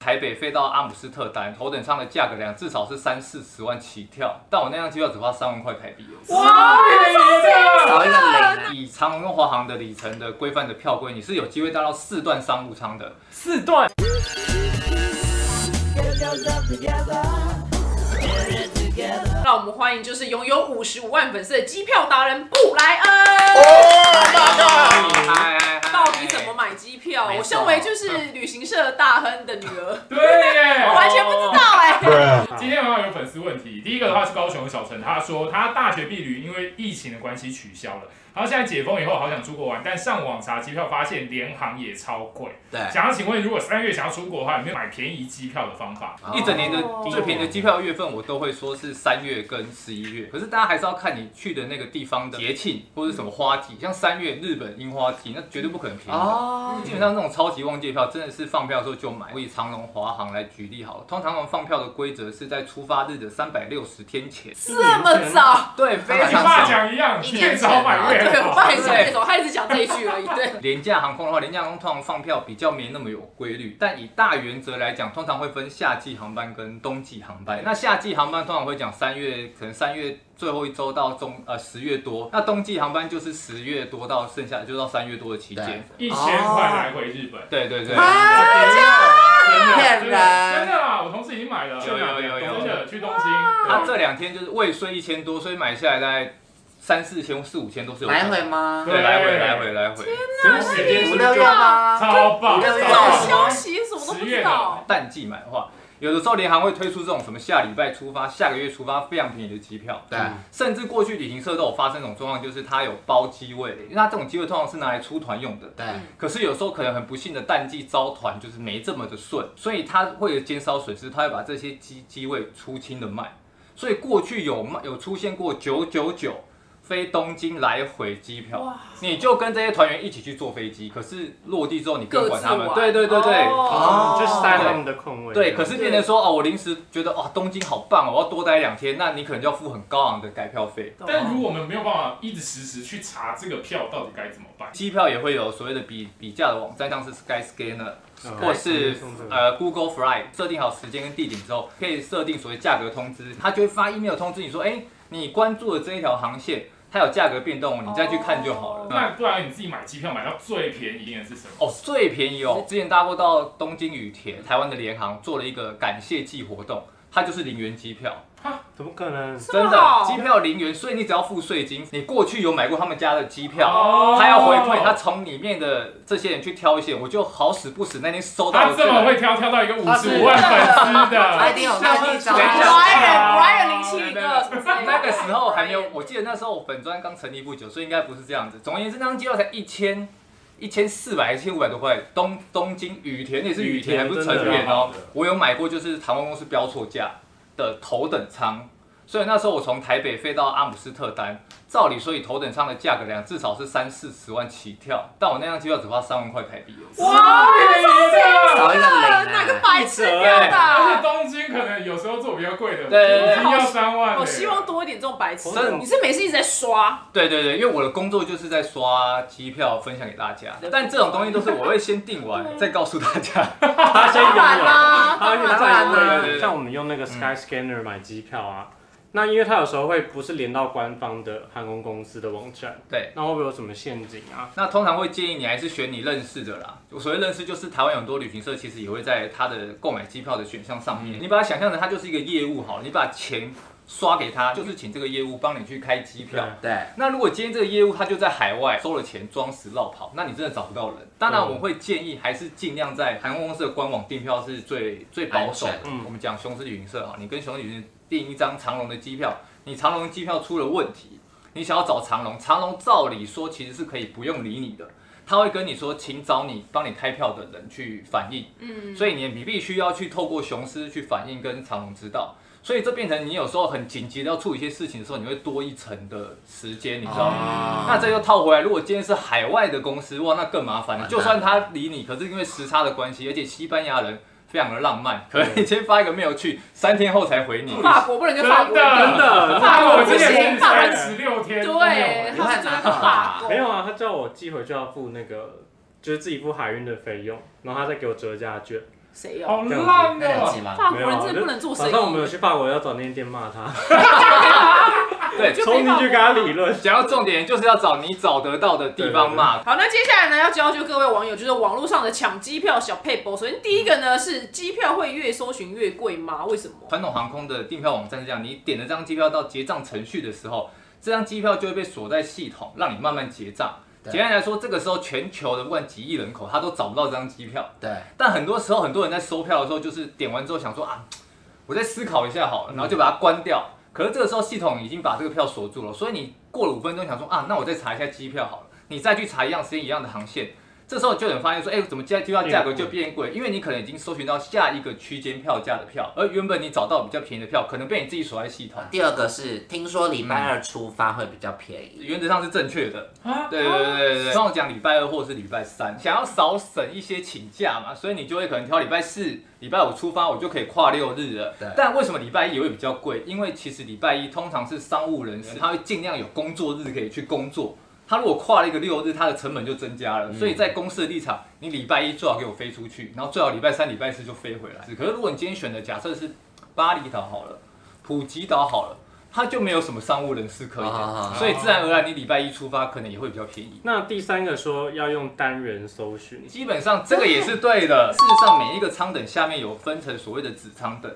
台北飞到阿姆斯特丹，头等舱的价格量至少是三四十万起跳，但我那张机票只花三万块台币哦而已。哇，少一个零啊，以长荣跟华航的里程的规范的票规，你是有机会搭到四段商务舱的。四段，让我们欢迎就是拥有五十五万粉丝的机票达人布莱恩。哎嗨嗨嗨到底怎么买机票？没我错身为就是旅行社大亨的女儿，对耶，我完全不知。道哎、今天晚上有粉丝问题，第一个的话是高雄的小陈，他说他大学毕旅因为疫情的关系取消了，然后现在解封以后好想出国玩，但上网查机票发现联航也超贵。对想要请问，如果三月想要出国的话，有没有买便宜机票的方法？一整年的哦最便宜的机票月份，我都会说是三月跟十一月。可是大家还是要看你去的那个地方的节庆或者什么花季，像三月日本樱花季，那绝对不可能便宜的。哦，基本上这种超级旺季票，真的是放票的时候就买。我以长龙、华航来举例好了，通常我们放票的规则是在出发日的三百六十天前。这么早，对，非跟你常爸少。讲一样，一你年越前早买对越我 好。爸也是那种，他一直讲这一句而已。对，廉价航空的话，廉价航空通常放票比较没那么有规律，但以大原则来讲，通常会分夏季航班跟冬季航班。那夏季航班通常会讲三月，可能三月最后一周到中呃十月多，那冬季航班就是十月多到剩下就到三月多的期间。一千块来回日本，对对对，啊真的真的骗真人的啦！我同事已经买了，有有有有真的去东京。它对这两天就是未税一千多，所以买下来大概三四千、四五千都是有。来回？吗？对，来回来回来回。真的时间五是六月吗？超棒，五六月这超棒种消息什么都不知道。淡季买的话，有的时候联航会推出这种什么下礼拜出发、下个月出发非常便宜的机票。对，甚至过去旅行社都有发生这种状况，就是它有包机位，因为它这种机位通常是拿来出团用的。对，可是有时候可能很不幸的淡季招团就是没这么的顺，所以它为了减少损失，它会把这些机机位出清的卖。所以过去有卖有出现过九九九飞东京来回机票，哇，你就跟这些团员一起去坐飞机，可是落地之后你不用管他们各，自玩对对对对，哦就是塞了他们的空位。对，可是变成说哦，我临时觉得哦东京好棒哦，我要多待两天，那你可能就要付很高昂的改票费。但如果我们没有办法一直实时去查这个票到底该怎么办，机票也会有所谓的比比价的网站，像是 Skyscanner 嗯或是送这个呃 Google Fly，设定好时间跟地点之后，可以设定所谓价格通知，它就会发 email 通知你说，哎、你关注的这一条航线，它有价格变动，你再去看就好了。哦那那不然你自己买机票买到最便宜的是什么？哦，最便宜哦！之前搭过到东京羽田，台湾的联航做了一个感谢季活动，它就是零元机票，怎么可能？这真么的好哦机票零元，所以你只要付税金。你过去有买过他们家的机票，哦他要回馈，他从里面的这些人去挑一些，我就好死不死那天收到他的这么会挑，挑到一个五十五万他是粉丝他一的，定有看地等啊一下招。 Brian，Brian 零七一个，什么之类的那个时候还没 有，我记得那时候我本专刚成立不久，所以应该不是这样子。总而言之，那张机票才一千一千四百、一千五百多块。东东京羽田也是羽田，羽田还不是成真的员哦蛮好的。我有买过，就是航空公司标错价的头等舱，所以那时候我从台北飞到阿姆斯特丹，照理说以头等舱的价格量至少是三四十万起跳，但我那张机票只花三万块台币哦而已。哇，少一个零啊哪个白痴标而的？且东京可能有时候坐比较贵的，对已经要三万了。我哦希望多一点这种白痴真的。你是每次一直在刷，对对对，因为我的工作就是在刷机票分享给大家，但这种东西都是我会先订完再告诉大家。他先当啊然拥有。啦，当他然再啦用。对那对对个，像我们用嗯那个 Sky Scanner 买机票啊，那因为它有时候会不是连到官方的航空公司的网站，对，那会不会有什么陷阱啊？那通常会建议你还是选你认识的啦。我所谓认识，就是台湾有很多旅行社其实也会在它的购买机票的选项上面，你把它想象成它就是一个业务好了，你把钱刷给他，就是请这个业务帮你去开机票。对，那如果今天这个业务他就在海外收了钱装死绕跑，那你真的找不到人。当然，我们会建议还是尽量在航空公司的官网订票是最最保守的安。全我们讲雄狮旅行社啊，你跟雄狮旅行社订一张长龙的机票，你长龙机票出了问题，你想要找长龙，长龙照理说其实是可以不用理你的。他会跟你说，请找你帮你开票的人去反映，嗯，所以你你必须要去透过雄狮去反映跟长龙知道，所以这变成你有时候很紧急的要处理一些事情的时候，你会多一层的时间，你知道吗？那哦这又套回来，如果今天是海外的公司，哇，那更麻烦了。完蛋就算他理你，可是因为时差的关系，而且西班牙人非常的浪漫，可能你先发一个没有去，三天后才回你。法国不能跟真法的国人比。的法国之前法国不行是才十六天，都没有对，他们真的法国。没有啊，他叫我寄回就要付那个，就是自己付海运的费用，然后他再给我折价券，谁有？好烂那两集哦！吗？法国没有人啊真的不能做哦早生上我们有意。去法国要找那间店骂他，对，就冲非进法啊去跟他理论。讲到重点就是要找你找得到的地方嘛。好，那接下来呢，要教就各位网友，就是网络上的抢机票小配博。首先第一个呢是机票会越搜寻越贵吗？为什么？传统航空的订票网站是这样，你点了这张机票到结账程序的时候，这张机票就会被锁在系统，让你慢慢结账。对简单来说，这个时候全球的不管几亿人口，他都找不到这张机票。对，但很多时候，很多人在收票的时候，就是点完之后想说啊，我再思考一下好了，然后就把它关掉。可是这个时候系统已经把这个票锁住了，所以你过了五分钟想说啊，那我再查一下机票好了，你再去查一样时间一样的航线。这时候就有人发现说，哎、怎么现在机票价格就变贵？因为你可能已经搜寻到下一个区间票价的票，而呃原本你找到比较便宜的票，可能被你自己锁在系统。第二个是听说礼拜二出发会比较便宜，原则上是正确的，啊，对对对对对。通常讲礼拜二或是礼拜三，想要少省一些请假嘛，所以你就会可能挑礼拜四、礼拜五出发，我就可以跨六日了对。但为什么礼拜一会比较贵？因为其实礼拜一通常是商务人士，他会尽量有工作日可以去工作。他如果跨了一个六日，他的成本就增加了，所以在公司的立场，你礼拜一最好给我飞出去，然后最好礼拜三、礼拜四就飞回来。可是如果你今天选的假设是巴厘岛好了，普吉岛好了，它就没有什么商务人士可以啊啊啊所以自然而然你礼拜一出发可能也会比较便宜。那第三个说要用单人搜寻，基本上这个也是对的。事实上，每一个舱等下面有分成所谓的子舱等，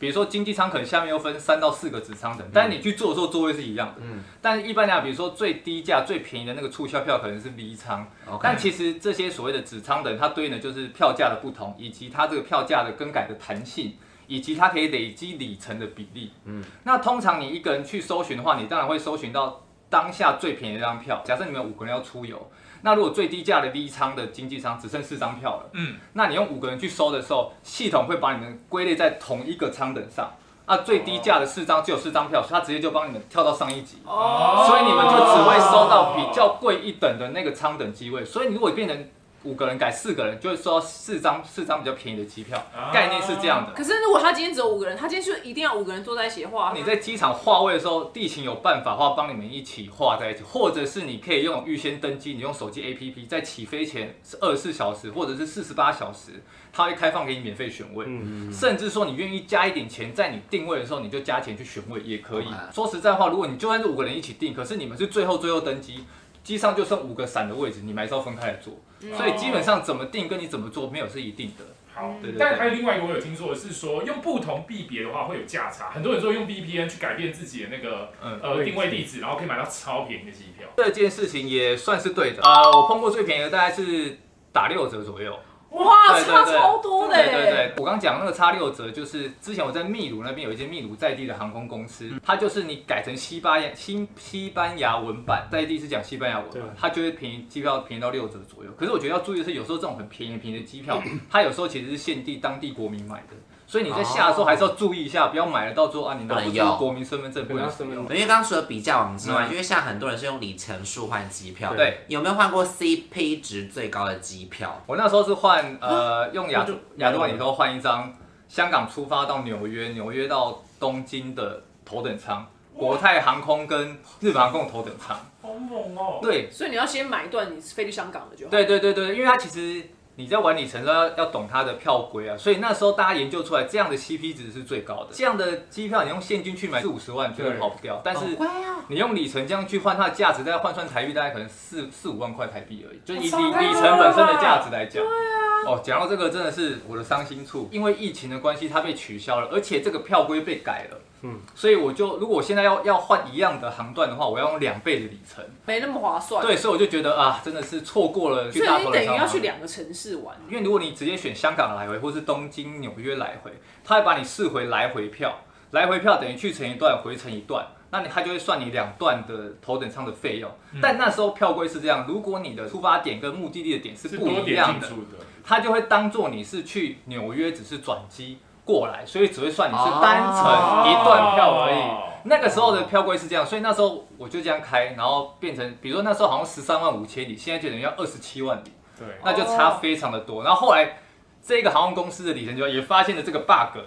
比如说经济舱可能下面又分三到四个子舱等，但是你去坐的时候座位是一样的。嗯但是一般来讲，比如说最低价、最便宜的那个促销票可能是 V 舱，但，OK，其实这些所谓的子舱等，它对应的就是票价的不同，以及它这个票价的更改的弹性，以及它可以累积里程的比例。嗯，那通常你一个人去搜寻的话，你当然会搜寻到当下最便宜的那张票。假设你们有五个人要出游，那如果最低价的 V 舱的经济舱只剩四张票了，嗯，那你用五个人去搜的时候，系统会把你们归类在同一个舱等上。啊，最低价的四张只有四张票，所以它直接就帮你们跳到上一级。哦所以你们就只会收到比较贵一等的那个舱等机位。所以你如果变成五个人改四个人，就会收到四张四张比较便宜的机票啊，概念是这样的。可是如果他今天只有五个人，他今天就一定要五个人坐在一起的话，啊你在机场划位的时候，地勤有办法话帮你们一起划在一起，或者是你可以用预先登机，你用手机 APP 在起飞前是二十四小时或者是四十八小时，它会开放给你免费选位。嗯，甚至说你愿意加一点钱，在你定位的时候你就加钱去选位也可以哇。说实在话，如果你就算是五个人一起定，可是你们是最后最后登机，机上就剩五个散的位置，你们还是要分开来坐。嗯所以基本上怎么定跟你怎么做没有是一定的。好对对，对但还有另外一个我有听说的是说，用不同币别的话会有价差。很多人说用 VPN 去改变自己的那个嗯呃位置定位地址，然后可以买到超便宜的机票。这件事情也算是对的。呃，我碰过最便宜的大概是打六折左右。哇，对对差对超多的耶。欸对对对，我刚讲那个差六折，就是之前我在秘鲁那边有一间秘鲁在地的航空公司，它就是你改成西班牙西西班牙文版，在地是讲西班牙文对版，它就会便宜机票便宜到六折左右。可是我觉得要注意的是，有时候这种很便宜很便宜的机 票，它有时候其实是限地当地国民买的。所以你在下的时候还是要注意一下，不要买了到最后啊，你拿不不能出用国民身份证不不要能身使份用。因为刚刚除了比较网之外，嗯因为现在很多人是用里程数换机票，对，有没有换过 CP 值最高的机票？我那时候是换呃用亚那就亚洲万里头换一张香港出发到纽约，纽约到东京的头等舱，国泰航空跟日本航空的头等舱。好猛哦！对所以你要先买一段你飞去香港的就好。对对对对，因为它其实你在玩里程的时候要要懂它的票规啊，所以那时候大家研究出来这样的 CP 值是最高的，这样的机票你用现金去买四五十万绝对对跑不掉，但哦是。乖啊，你用里程这样去换它的价值，大概换算台币大概可能四四五万块台币而已，哎就以哇里差太多里程本身的价值来讲。对啊。哦，讲到这个真的是我的伤心处，因为疫情的关系，它被取消了，而且这个票规被改了。嗯嗯，所以我就如果我现在要要换一样的航段的话，我要用两倍的里程。没那么划算。，对，所以我就觉得啊，真的是错过了去所大以头你的等于商要场去两个城市玩。因为如果你直接选香港来回，或是东京、纽约来回，他会把你视回来回票，来回票等于去程一段，回程一段，那你他就会算你两段的头等舱的费用。但那时候票规是这样，如果你的出发点跟目的地的点是是不多一点样进的，出的，他就会当做你是去纽约只是转机过来，所以只会算你是哦单程一段票而已。哦那个时候的票规是这样，所以那时候我就这样开，然后变成，比如说那时候好像十三万五千里，现在就等于要二十七万里。对，那就差非常的多。然后后来这个航空公司的里程就也发现了这个 bug，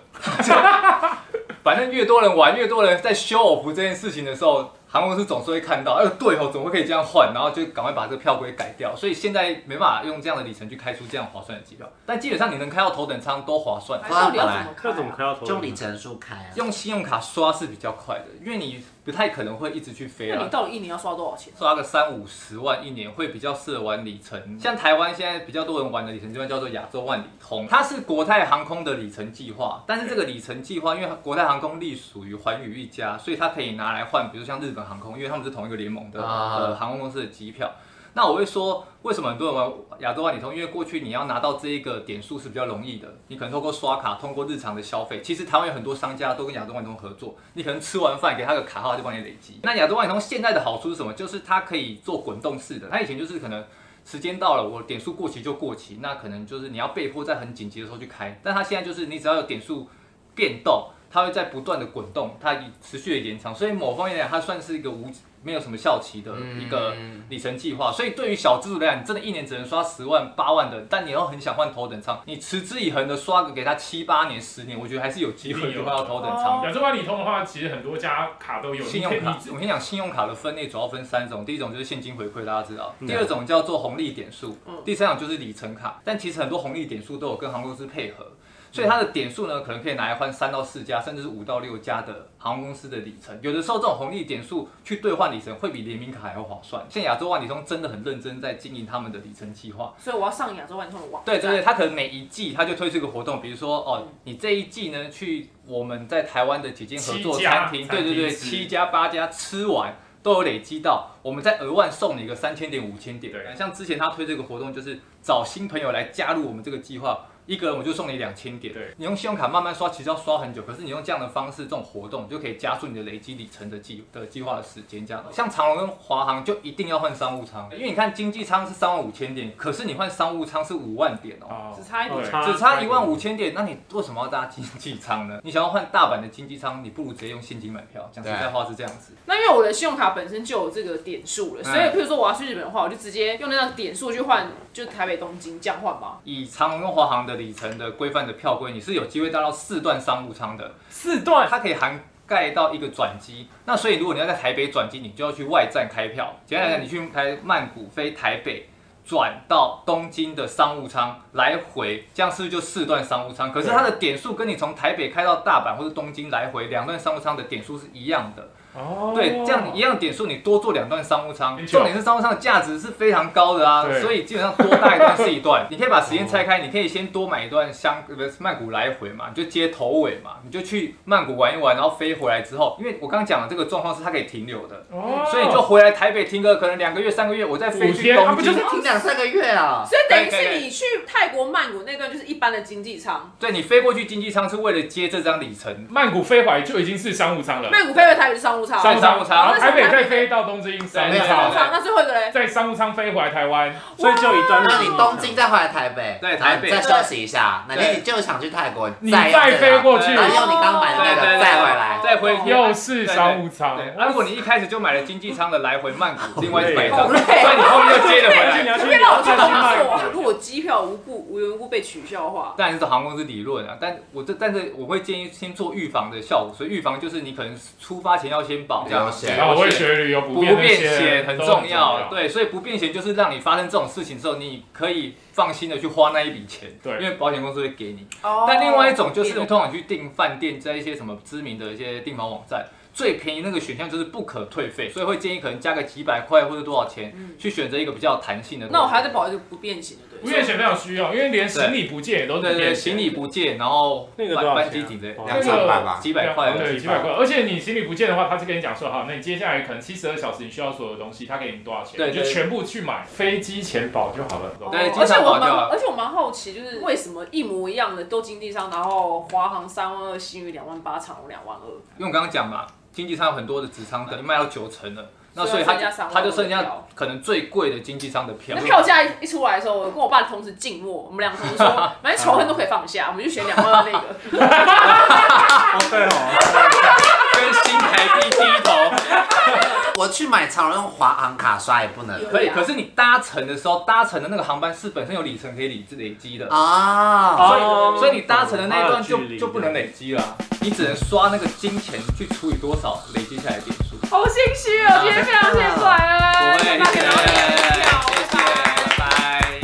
反正越多人玩，越多人在 show off 这件事情的时候，航空公司总是会看到，哎、对哦，怎么会可以这样换？然后就赶快把这个票规改掉。所以现在没办法用这样的里程去开出这样划算的机票，但基本上你能开到头等舱都划算。哎到底要怎么开这怎么啊？开到头？哦就里程数开啊，用信用卡刷是比较快的，因为你不太可能啊会一直去飞那了你。到底一年要刷多少钱？刷个三五十万一年会比较适合玩里程，像台湾现在比较多人玩的里程计划叫做亚洲万里通，它是国泰航空的里程计划，但是这个里程计划因为国泰航空隶属于环宇一家，所以它可以拿来换，比如像日本航空，因为他们是同一个联盟的、啊呃航空公司的机票。那我会说，为什么很多人玩亚洲万里通？因为过去你要拿到这一个点数是比较容易的，你可能透过刷卡，通过日常的消费。其实台湾有很多商家都跟亚洲万里通合作，你可能吃完饭给他个卡号，他就帮你累积。那亚洲万里通现在的好处是什么？就是它可以做滚动式的，它以前就是可能。时间到了，我点数过期就过期，那可能就是你要被迫在很紧急的时候去开。但它现在就是你只要有点数变动，它会在不断的滚动，它以持续的延长，所以某方面来讲，它算是一个无没有什么效期的嗯一个里程计划。所以对于小资主来讲，你真的一年只能刷十万八万的，但你又很想换头等舱，你持之以恒的刷个给它七八年十年，我觉得还是有机会一定去有换到头等舱。亚洲万里通的话，其实很多家卡都有，信你用可以卡，你我跟你讲，信用卡的分类主要分三种，第一种就是现金回馈，大家知道；嗯第二种叫做红利点数嗯，第三种就是里程卡。但其实很多红利点数都有跟航空公司配合，所以它的嗯点数呢，可能可以拿来换三到四家，甚至是五到六家的航空公司的里程。有的时候这种红利点数去兑换里程，会比联名卡还要划算。像亚洲万里通真的很认真在经营他们的里程计划，所以我要上亚洲万通的网对站。对对，他可能每一季他就推出一个活动，比如说哦，你这一季呢去我们在台湾的几间合作七家餐厅，餐对厅对对，吃七家八家吃完都有累积到，我们再额外送你一个三千点五千点。对像之前他推这个活动就是找新朋友来加入我们这个计划。一个人我就送你两千点，对你用信用卡慢慢刷，其实要刷很久，可是你用这样的方式，这种活动你就可以加速你的累积里程的计的计划的时间，这样。像长荣跟华航就一定要换商务舱，因为你看经济舱是三万五千点，可是你换商务舱是五万点哦，哦只差一点对啊差只差一万五千点，那你为什么要搭经济舱呢？你想要换大阪的经济舱，你不如直接用现金买票。讲实在话是这样子，那因为我的信用卡本身就有这个点数了，嗯所以譬如说我要去日本的话，我就直接用那张点数去换，就是台北、东京这样换吧。以长荣跟华航的里程的规范的票规，你是有机会搭到四段商务舱的，四段，它可以涵盖到一个转机。那所以如果你要在台北转机，你就要去外站开票。简单来讲，你去开曼谷飞台北。转到东京的商务舱来回，这样是不是就四段商务舱？可是它的点数跟你从台北开到大阪或者东京来回两段商务舱的点数是一样的。哦对，这样一样点数，你多做两段商务舱，没错重点是商务舱的价值是非常高的啊对，哦所以基本上多搭一段是一 段。你可以把时间拆开，你可以先多买一段香呃不是曼谷来回嘛，你就接头尾嘛，你就去曼谷玩一玩，然后飞回来之后，因为我刚刚讲的这个状况是它可以停留的，哦所以你就回来台北停个可能两个月、三个月，我再飞五去天，啊东不就京是。停两三个月啊，所以等于可以可是以你去泰国曼谷那段就是一般的经济舱，对你飞过去经济舱是为了接这张里程，曼谷飞回来就已经是商务舱了，曼谷飞回台北是商务舱，商务商舱，务舱然后台北再飞到东京商务对对对商务舱，舱。那最后一个嘞，在商务舱飞回来台湾，所以就一段。那你东京再回来台北，对然后台北再休息一下，哪天对你就想去泰国，你用再啊这飞个过去然后用你刚买的那对对个对再回来，再回去又是商务舱，对，啊如果你一开始就买了经济舱的来回曼哦谷，另外买一张，好所累以啊你后面又接着回而且来你。要去可以让我去再工去曼作谷。啊。如果机票无故无缘无故被取消的话，当然是航空公司理论啊，但我这但是我会建议先做预防的效果，所以预防就是你可能出发前要先保这样了解对然后我会学旅游不不便便险险很重要，对，所以不便险就是让你发生这种事情之后，你可以放心的去花那一笔钱，对因为保险公司会给你。哦但另外一种就是通常去订饭店，在一些什么知名的一些订房网站，最便宜那个选项就是不可退费，所以会建议可能加个几百块或者多少钱去选择一个比较弹性的。嗯那我还得保一个不变形的，对不便险非常需要，因为连行李不见也都是对不对，便险行李不见，然后那个班多少班机钱啊抵的哦两三百吧，几百块而已，对，几百块。而且你行李不见的话，他是跟你讲说，好，那你接下来可能七十二小时你需要所有的东西，他给你多少钱，对你就对全部去买，飞机钱保就好了。懂吗对哦经而且常我跑蛮掉啊而且我蛮好奇，就是为什么一模一样的都经济舱，然后华航三万二，新宇两万八，长荣两万二，因为我刚刚讲嘛，经济舱有很多的直舱等于卖到九成了，那所所以以它要剩下就3它就剩万的下票可能最贵的经济舱的票那。票价一出来的时候，我跟我爸同时静默，我们两个同 时说，反正仇恨都可以放下，我们就选两万二那个。哦对哦，跟新台币低头我去买长荣华航卡刷也不能有 可以，可是你搭乘的时候，搭乘的那个航班是本身有里程可以累累积的，啊，所以哦所以你搭乘的那一段还有距就离就不能累积了啊，你只能刷那个金钱去除以多少累积下来的点数。好心虚哦，今天非常谢谢过来不恩，会，拜拜给大家一个票，谢谢，拜拜。拜拜。